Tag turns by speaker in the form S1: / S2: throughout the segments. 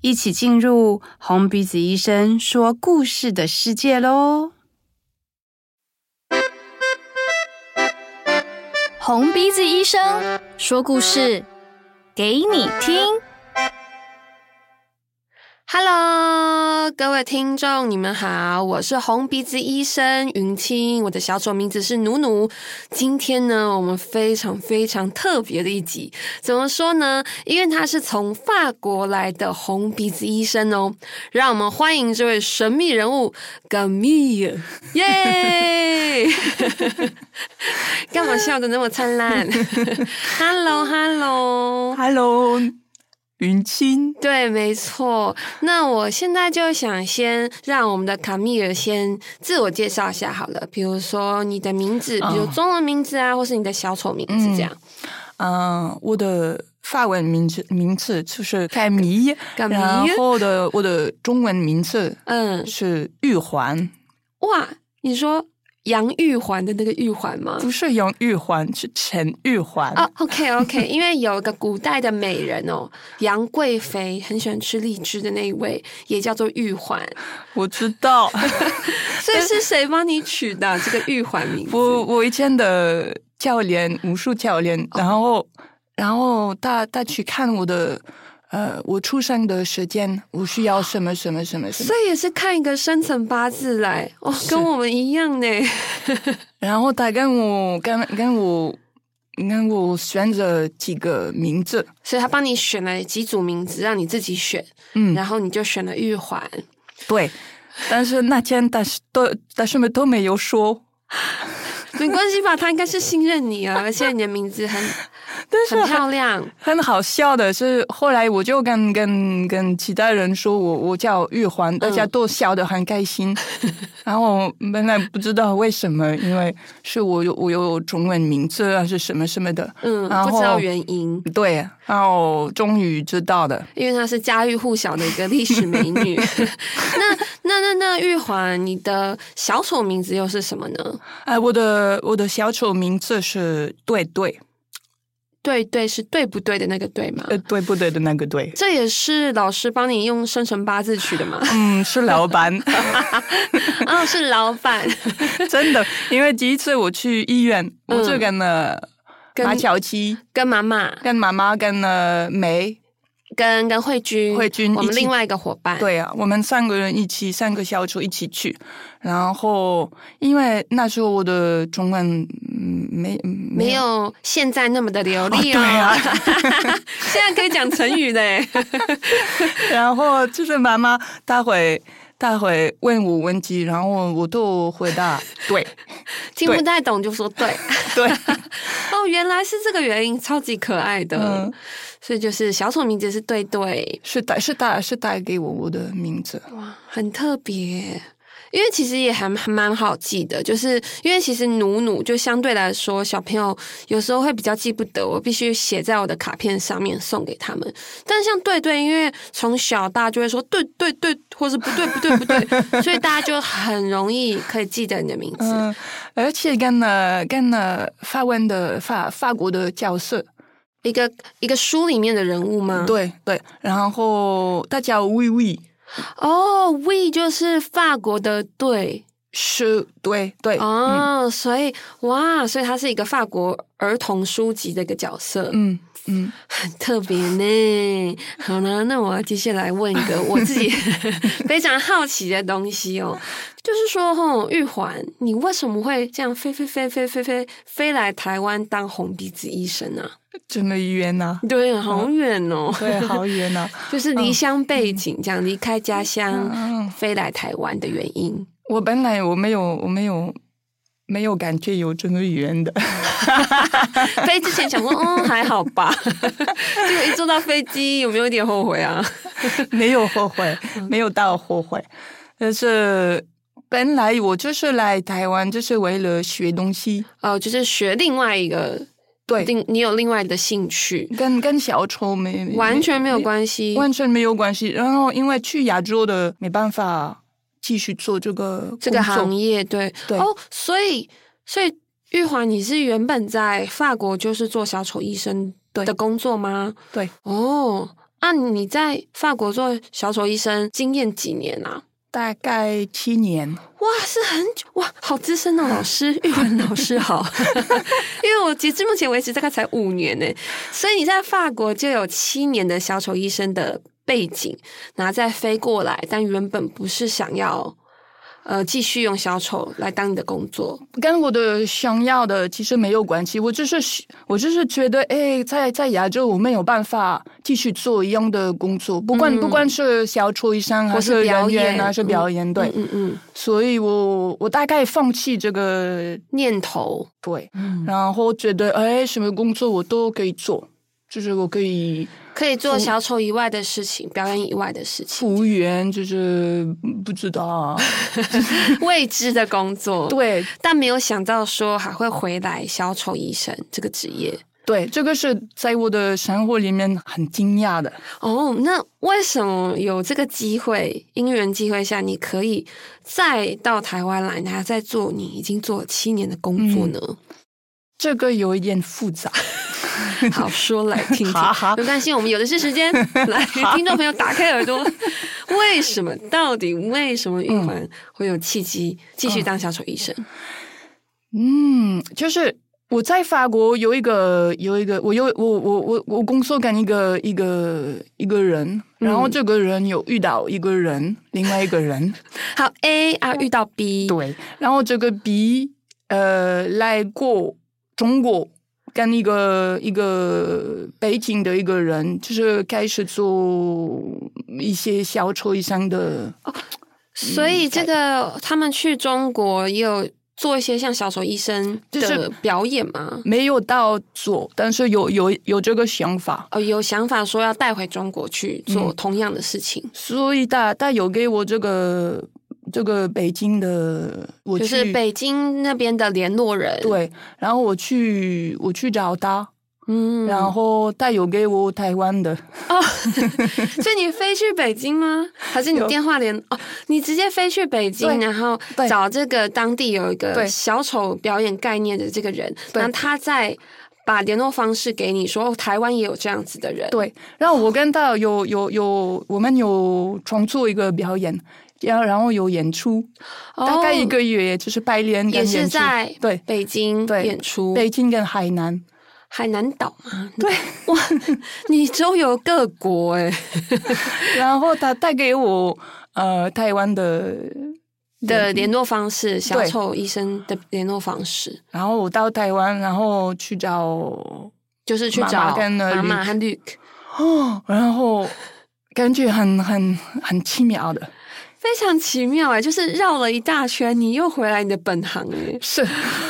S1: 一起进入红鼻子医生说故事的世界喽！
S2: 红鼻子医生说故事给你听。
S3: Hello，各位听众，你们好，我是红鼻子医生云清，我的小丑名字是努努。今天呢，我们非常非常特别的一集，怎么说呢？因为他是从法国来的红鼻子医生哦，让我们欢迎这位神秘人物 Gamille，耶！ 干嘛笑的那么灿 烂？Hello，Hello。
S4: Hello，云清，
S3: 对，没错。那我现在就想先让我们的卡米尔先自我介绍一下好了，比如说你的名字，
S4: 哦
S3: 比如中文名字啊，或是你的小丑名字这样。
S4: 嗯、我的法文名字名字就是凯米，
S3: 凯米
S4: 然后的我的中文名字
S3: 嗯，
S4: 是玉环，
S3: 哇，你说杨玉环的那个玉环吗？
S4: 不是杨玉环，是陈玉环。
S3: 哦、o k OK，因为有一个古代的美人哦，杨贵妃很喜欢吃荔枝的那一位，也叫做玉环。
S4: 我知 道，
S3: 所以是谁帮你取的这个玉环 名字？
S4: 我我以前的教练，武术教练，
S3: 哦
S4: 然后然后他他去看我的。呃，我出生的时间，我需要什么什么什么什么
S3: 所，以也是看一个生辰八字来哦，
S4: 是
S3: 跟我们一样呢。
S4: 然后他跟我跟跟我跟我选择几个名字，
S3: 所以他帮你选了几组名字，让你自己选，
S4: 嗯，
S3: 然后你就选了玉环。
S4: 对。但是那天他是都他什么都没有说，
S3: 没关系吧，他应该是信任你啊，而且你的名字 很
S4: 但是
S3: 很
S4: 很
S3: 漂亮。
S4: 很好笑的是，后来我就跟跟跟其他人说我我叫玉环，大家都笑得很开 心。然后本来不知道为什么，因为是我有我有中文名字啊还是什么什么的，
S3: 嗯，
S4: 然后
S3: 不知道原因，
S4: 对，然后终于知道的。
S3: 因为她是家喻户晓的一个历史美 女。那那那那玉环，你的小丑名字又是什么呢？
S4: 哎，我的我的小丑名字是对对，
S3: 对对，是对不对的那个对吗？
S4: 呃，对不对的那个对，
S3: 这也是老师帮你用生辰八字取的吗？
S4: 嗯，是老板，
S3: 啊，是老板
S4: 真的，因为第一次我去医院，
S3: 嗯
S4: 我就跟了
S3: 跟
S4: 马乔基、
S3: 跟妈妈
S4: 跟妈妈、跟了梅，
S3: 跟跟慧君，
S4: 慧君
S3: 我们
S4: 一起
S3: 另外一个伙伴，，
S4: 对啊，我们三个人一起，三个小组一起去。然后，因为那时候我的中文嗯没
S3: 没
S4: 没
S3: 有现在那么的流利哦。哦
S4: 哦对啊
S3: 现在可以讲成语嘞。
S4: 然后就是妈妈她会她会问我问题，然后我都回答 对
S3: 听不太懂就说对。
S4: 对，
S3: 哦，原来是这个原因，超级可爱的。
S4: 嗯
S3: 所以就是小丑名字是对对，
S4: 是带是带是带给我我的名字，
S3: 哇，很特别。因为其实也还还蛮好记的，就是因为其实努努就相对来说，小朋友有时候会比较记不得，我必须写在我的卡片上面送给他们。但像对对，因为从小大家就会说对对对，或是不对不对不对，所以大家就很容易可以记得你的名字。
S4: 嗯，而且跟了跟了法文的法法国的角色，
S3: 一个一个书里面的人物吗？
S4: 对对，然后他叫薇薇，
S3: 哦、w e 就是法国的队
S4: 是对对，嗯
S3: 哦所以哇，所以他是一个法国儿童书籍的一个角色，
S4: 嗯嗯，
S3: 很特别 呢。好了，那我要接下来问一个我自己 非常好奇的东西哦，就是说，吼、玉环，你为什么会这样飞飞飞飞飞飞飞来台湾当红鼻子医生啊？
S4: 这么 冤呐、
S3: 对，好远哦，
S4: 哦 对，嗯好冤呐、
S3: 就是离乡背景，这样离开家乡
S4: 嗯
S3: 飞来台湾的原因。
S4: 我本来我没有我没有没有感觉有这么远的。
S3: 飞之前想说，嗯，还好吧。 结果一坐到飞机，有没有一点后悔啊？
S4: 没有后悔，
S3: 嗯
S4: 没有到后悔。但是本来我就是来台湾，就是为了学东西，
S3: 哦，就是学另外一个，
S4: 对
S3: 另你有另外的兴趣，
S4: 跟跟小丑没没
S3: 完全没有关系。
S4: 完全没有关系。然后因为去亚洲的没办法继续做这个
S3: 这个
S4: 工作
S3: 行业，对
S4: 对
S3: 哦，所以所以玉华，你是原本在法国就是做小丑医生
S4: 对
S3: 的工作吗？
S4: 对，
S3: 哦，那你在法国做小丑医生经验几年啊？
S4: 大概七年。
S3: 哇，是很久哇，好资深的老师，玉文老师好，因为我截至目前为止大概才五年呢，所以你在法国就有七年的小丑医生的背景，然后再飞过来，但原本不是想要呃继续用小丑来当你的工作，
S4: 跟我的想要的其实没有关系，我就是喜我就是觉得，哎，在在亚洲我没有办法继续做一样的工作，不管、
S3: 嗯
S4: 不管是小丑医生还
S3: 或是
S4: 是
S3: 表
S4: 人员
S3: 演
S4: 还是表演，对，
S3: 嗯嗯嗯，
S4: 所以我我大概放弃这个
S3: 念头，
S4: 对，
S3: 嗯，
S4: 然后觉得哎，什么工作我都可以做，就是我可以
S3: 可以做小丑以外的事情，表演以外的事 情，
S4: 服务员，就是嗯不知道 啊，
S3: 未知的工作，，
S4: 对
S3: 但没有想到说还会回来小丑医生这个职业。
S4: 对，这个是在我的生活里面很惊讶的。
S3: 哦，那为什么有这个机会，因缘机会下，你可以再到台湾来，然后再做你已经做了七年的工作呢？
S4: 这个有一点复杂，
S3: 好，说来听听。
S4: 嗯好 好
S3: 没关系，我们有的是时 间。来，听众朋友，打开耳朵。为什么？到底为什么玉环会有契机继续当小丑医生？
S4: 嗯，就是我在法国有一个有一个，我有我我我我工作跟一个一个一个人，然后这个人有遇到一个人，另外一个人，
S3: 好，A 啊，遇到 B，
S4: 对，嗯然后这个 B 呃来过中国。跟一个一个北京的一个人，就是开始做一些小丑医生的，
S3: 所以这个他们去中国也有做一些像小丑医生
S4: 就是
S3: 的表演吗？
S4: 没有到做，但是有有有这个想法，
S3: 哦，有想法说要带回中国去
S4: 嗯
S3: 做同样的事情，
S4: 所以他他有给我这个这个北京的，我去
S3: 就是北京那边的联络人。，
S4: 对，然后我去我去找他，
S3: 嗯，
S4: 然后他有给我台 湾的，
S3: 所以你飞去北京吗？还是你
S4: 有
S3: 电话联？哦，你直接飞去北京，
S4: 对
S3: 然后
S4: 对
S3: 找这个当地有一个
S4: 对
S3: 小丑表演概念的这个人，
S4: 对
S3: 然后他再把联络方式给你说，哦，台湾也有这样子的人。
S4: 对，然后我跟他有有有我们有创作一个表演，然后然后有演出，
S3: 哦，
S4: 大概一个月就是排练
S3: 也
S4: 跟
S3: 是
S4: 演出，
S3: 在
S4: 对
S3: 北京
S4: 对
S3: 演出，
S4: 北京跟海南，
S3: 海南岛嘛。对，哇，你周游各国 哎、
S4: 然后他带给我呃台湾的。
S3: 的联络方式，小
S4: 嗯对
S3: 丑医生的联络方式，
S4: 然后我到台湾，然后去找
S3: 就是去
S4: 妈妈
S3: 找
S4: 跟了
S3: 妈妈和 Luke，
S4: 哦，然后感觉很很很奇妙的，
S3: 非常奇妙哎、就是绕了一大圈，你又回来你的本行哎、
S4: 是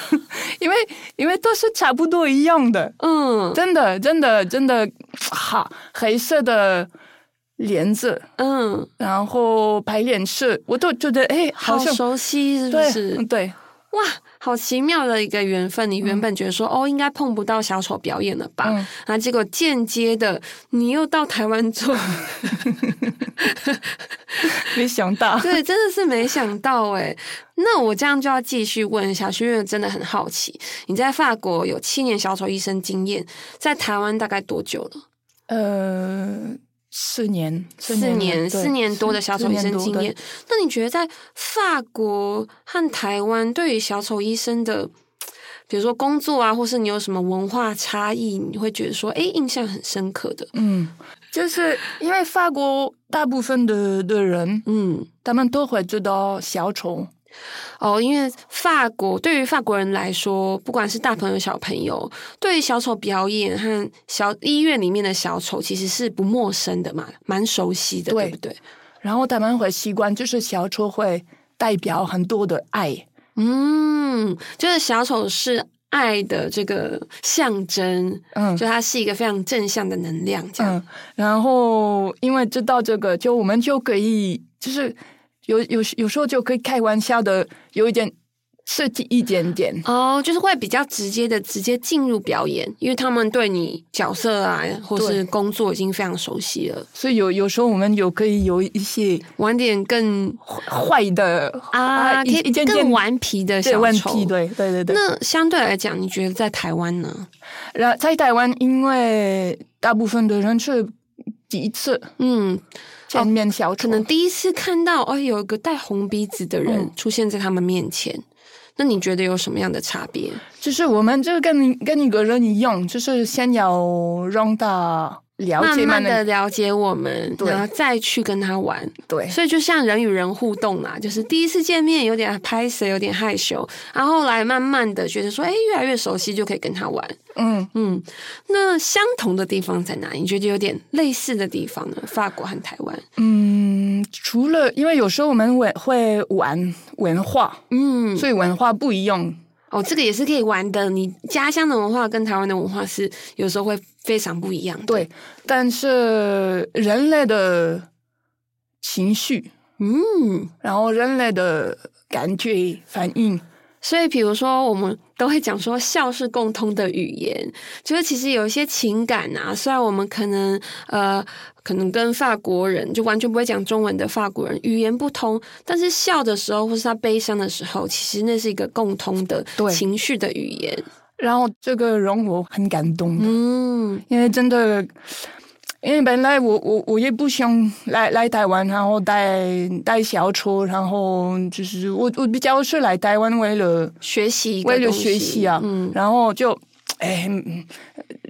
S4: 因为因为都是差不多一样的，
S3: 嗯
S4: 真的真的真的，哈，黑色的帘子，
S3: 嗯，
S4: 然后白脸室，我都觉得哎，
S3: 好
S4: 像
S3: 熟悉是不
S4: 对
S3: 是
S4: 嗯？对，
S3: 哇，好奇妙的一个缘分！你原本觉得说、哦，应该碰不到小丑表演了吧？
S4: 嗯
S3: 然后结果间接的，你又到台湾 做，
S4: 没想到，
S3: 对，真的是没想到哎。那我这样就要继续问下去，因为真的很好奇，你在法国有七年小丑医生经验，在台湾大概多久了？
S4: 呃，四年，
S3: 四
S4: 了
S3: 年，
S4: 对
S3: 四年多的小丑医
S4: 四年
S3: 生
S4: 多
S3: 经验。那你觉得在法国和台湾对于小丑医生的，比如说工作啊，或是你有什么文化差异，你会觉得说，哎，印象很深刻的？
S4: 嗯，就是因为法国大部分的的人，
S3: 嗯，
S4: 他们都会知道小丑，
S3: 哦，因为法国对于法国人来说，不管是大朋友小朋友，对于小丑表演和小医院里面的小丑其实是不陌生的嘛，蛮熟悉的，对
S4: 对
S3: 不对？
S4: 然后他们会习惯，就是小丑会代表很多的爱，
S3: 嗯，就是小丑是爱的这个象征，
S4: 嗯
S3: 就它是一个非常正向的能量，这样。
S4: 嗯，然后因为知道这个，就我们就可以就是有有有时候就可以开玩笑的，有一点设计一点点。
S3: 哦，就是会比较直接的直接进入表演，因为他们对你角色啊或
S4: 对
S3: 是工作已经非常熟悉了，
S4: 所以有有时候我们有可以有一些
S3: 玩点更
S4: 坏坏的
S3: 啊，
S4: 一
S3: 可
S4: 一
S3: 以
S4: 点点
S3: 更顽皮的
S4: 对
S3: 小
S4: 问
S3: 丑
S4: 题，。对对对对。
S3: 那相对来讲，你觉得在台湾呢？
S4: 然后在台湾，因为大部分的人是第一次
S3: 嗯，
S4: 见面小
S3: 可
S4: 丑，
S3: 能第一次看到，哎，有一个戴红鼻子的人
S4: 哦嗯
S3: 出现在他们面前，那你觉得有什么样的差别？
S4: 就是我们就跟跟一个人一样，就是先要让他了
S3: 慢
S4: 解
S3: 慢
S4: 慢
S3: 的了解我们，
S4: 对
S3: 然后再去跟他玩。
S4: 对
S3: 所以就像人与人互动嘛，就是第一次见面有点拍死，有点害羞，然后后来慢慢的觉得说，哎，越来越熟悉，就可以跟他玩。
S4: 嗯。
S3: 嗯，那相同的地方在哪？你觉得有点类似的地方呢？法国和台湾？
S4: 嗯，除了因为有时候我们会会玩文化，
S3: 嗯，
S4: 所以文化不一样。
S3: 哦，这个也是可以玩的。你家乡的文化跟台湾的文化是有时候会非常不一样的。
S4: 对，，但是人类的情绪，
S3: 嗯，
S4: 然后人类的感觉反应，
S3: 所以比如说我们都会讲说笑是共通的语言，就是其实有一些情感啊，虽然我们可能呃可能跟法国人就完全不会讲中文的法国人语言不通，但是笑的时候或是他悲伤的时候，其实那是一个共通的
S4: 对
S3: 情绪的语言。
S4: 然后这个让我很感动的，
S3: 嗯，
S4: 因为真的。因为本来我我我也不想来来台湾，然后带带小丑，然后就是我我比较是来台湾为了
S3: 学习一个
S4: 为了
S3: 东西
S4: 学习啊，
S3: 嗯，
S4: 然后就，哎，嗯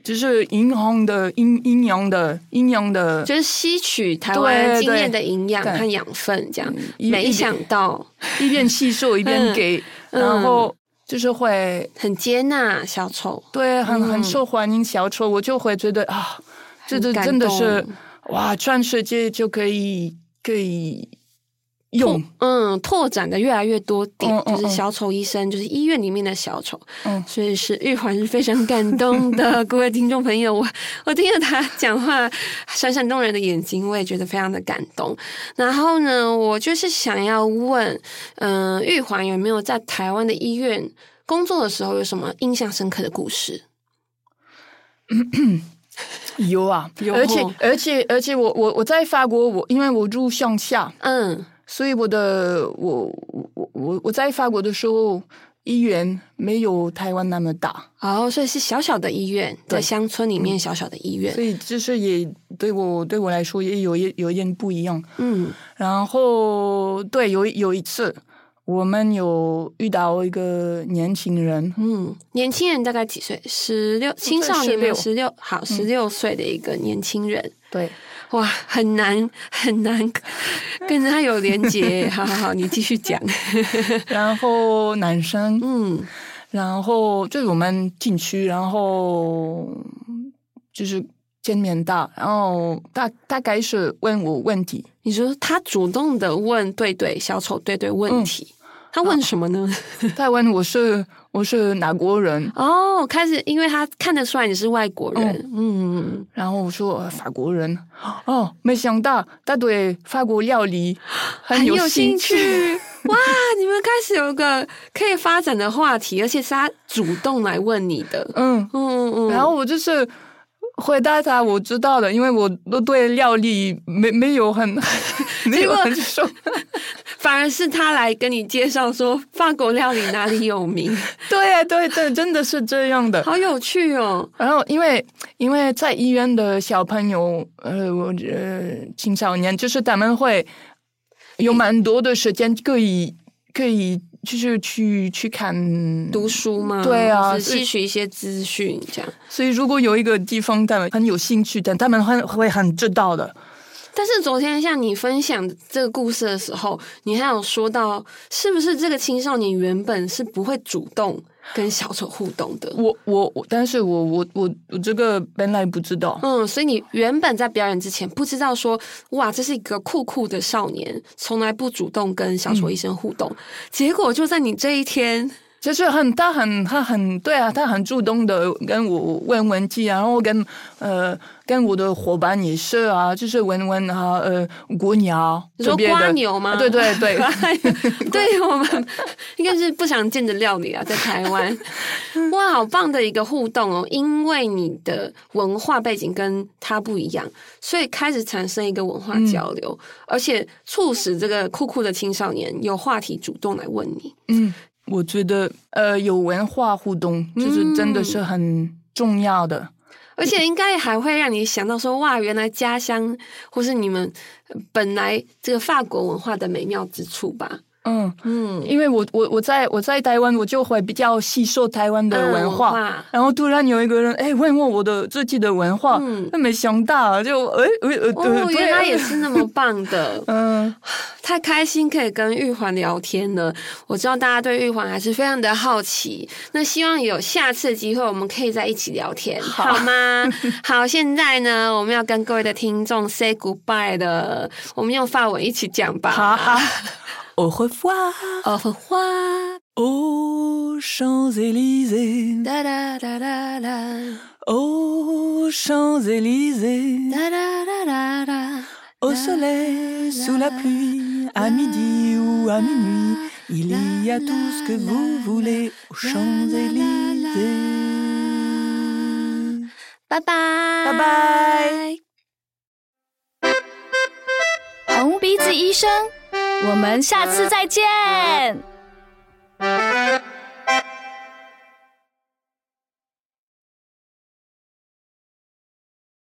S4: 就是银行的阴阴阳的阴阳的，
S3: 就是吸取台湾
S4: 对
S3: 经验
S4: 对
S3: 的营养
S4: 对嗯
S3: 和养分，这样。
S4: 一
S3: 没
S4: 一
S3: 想到，
S4: 一边吸收一边给，
S3: 嗯
S4: 然后就是会
S3: 很接纳小丑，
S4: 对啊很
S3: 嗯
S4: 很受欢迎小丑，我就会觉得啊，这这
S3: 很感
S4: 真的是
S3: 动
S4: 哇，全世界就可以可以用，
S3: 嗯，拓展的越来越多点，
S4: 嗯嗯
S3: 就是小丑医生，就是医院里面的小丑，
S4: 嗯
S3: 所以是玉环是非常感动的， 各位听众朋友，我我听着他讲话闪闪动人的眼睛，我也觉得非常的感动。然后呢，我就是想要问，嗯、玉环有没有在台湾的医院工作的时候有什么印象深刻的故事？
S4: 有啊，
S3: 有
S4: 而且
S3: 哦
S4: 而且而且我我我在法国，我因为我住乡下，
S3: 嗯，
S4: 所以我的我我我我我在法国的时候，医院没有台湾那么大，
S3: 哦，所以是小小的医院，在
S4: 对
S3: 乡村里面小小的医院
S4: 所，以就是也对我对我来说也有一有一点不一样。
S3: 嗯。
S4: 然后对，有有一次我们有遇到一个年轻人，
S3: 嗯，年轻人大概几岁？十六，青少年嘛，十六，嗯好，十六岁的一个年轻人，
S4: 对，
S3: 哇，很难很难跟他有连接。好好好，你继续讲。
S4: 然后男生，
S3: 嗯
S4: 然后就是我们进去，然后就是见面到，然后大大概是问我问题，
S3: 你说他主动的问对对小丑对对问题，他问什么呢？
S4: 他问我是我是哪国人，
S3: 哦，开始，因为他看得出来你是外国人，嗯，
S4: 然后我说、呃法国人，哦，没想到他对法国料理很有
S3: 兴。
S4: 兴
S3: 趣。哇，你们开始有一个可以发展的话题，而且是他主动来问你的。
S4: 嗯，
S3: 嗯嗯嗯，
S4: 然后我就是回答他，我知道的，因为我都对料理没没有很 没有很熟，
S3: 反而是他来跟你介绍说法国料理哪里有 名，
S4: 对啊，对对，真的是这样的。
S3: 好有趣哦。
S4: 然后，因为因为在医院的小朋友，呃，我呃青少年，就是他们会有蛮多的时间可以可以，就是去去看
S3: 读书吗？
S4: 对啊
S3: 就是
S4: 所
S3: 吸
S4: 以
S3: 取一些资讯这样。
S4: 所以，如果有一个地方他们很有兴趣，但他们很会很知道的。
S3: 但是昨天像你分享这个故事的时候，你还有说到，是不是这个青少年原本是不会主动跟小丑互动的。
S4: 我我我，但是我我我我这个本来不知道，
S3: 嗯，所以你原本在表演之前不知道说，哇，这是一个酷酷的少年，从来不主动跟小丑医生互动，结果就在你这一天，
S4: 就是很他很他很对啊，他很主动的跟我问问题啊，然后跟呃跟我的伙伴也是啊，就是问问啊呃国鸟，
S3: 你说
S4: 特别的
S3: 瓜牛吗
S4: 啊对对对，
S3: 对我们应该是不想见的料理啊，在台湾，哇，好棒的一个互动哦！因为你的文化背景跟他不一样，所以开始产生一个文化交流，而且促使这个酷酷的青少年有话题主动来问你。
S4: 嗯，我觉得呃有文化互动就是真的是很重要的。
S3: 而且应该还会让你想到说，哇，原来家乡或是你们本来这个法国文化的美妙之处吧。
S4: 嗯，
S3: 嗯，
S4: 因为我我我在我在台湾，我就会比较吸收台湾的文化。然后突然有一个人哎问问我的自己的文化，
S3: 嗯
S4: 那、没想到就哎哎呃呃
S3: 哦，
S4: 哦对，
S3: 原来也是那么棒的
S4: 嗯
S3: 太开心可以跟玉环聊天了。我知道大家对玉环还是非常的好奇，那希望有下次的机会我们可以在一起聊天，好 吗？好，现在呢，我们要跟各位的听众 say goodbye 了，我们用法文一起讲吧。
S4: 好好，au ah. revoir
S3: ，of 花，
S4: aux Champs-Élysées
S3: 哒哒哒哒哒。
S4: aux Champs-Élysées
S3: 哒哒哒哒哒，
S4: au soleil sous la pluie à midi ou à minuit il y a tout ce que vous voulez aux Champs-Élysées
S2: 拜拜
S4: 拜拜。
S2: 红鼻子医生，我们下次再见。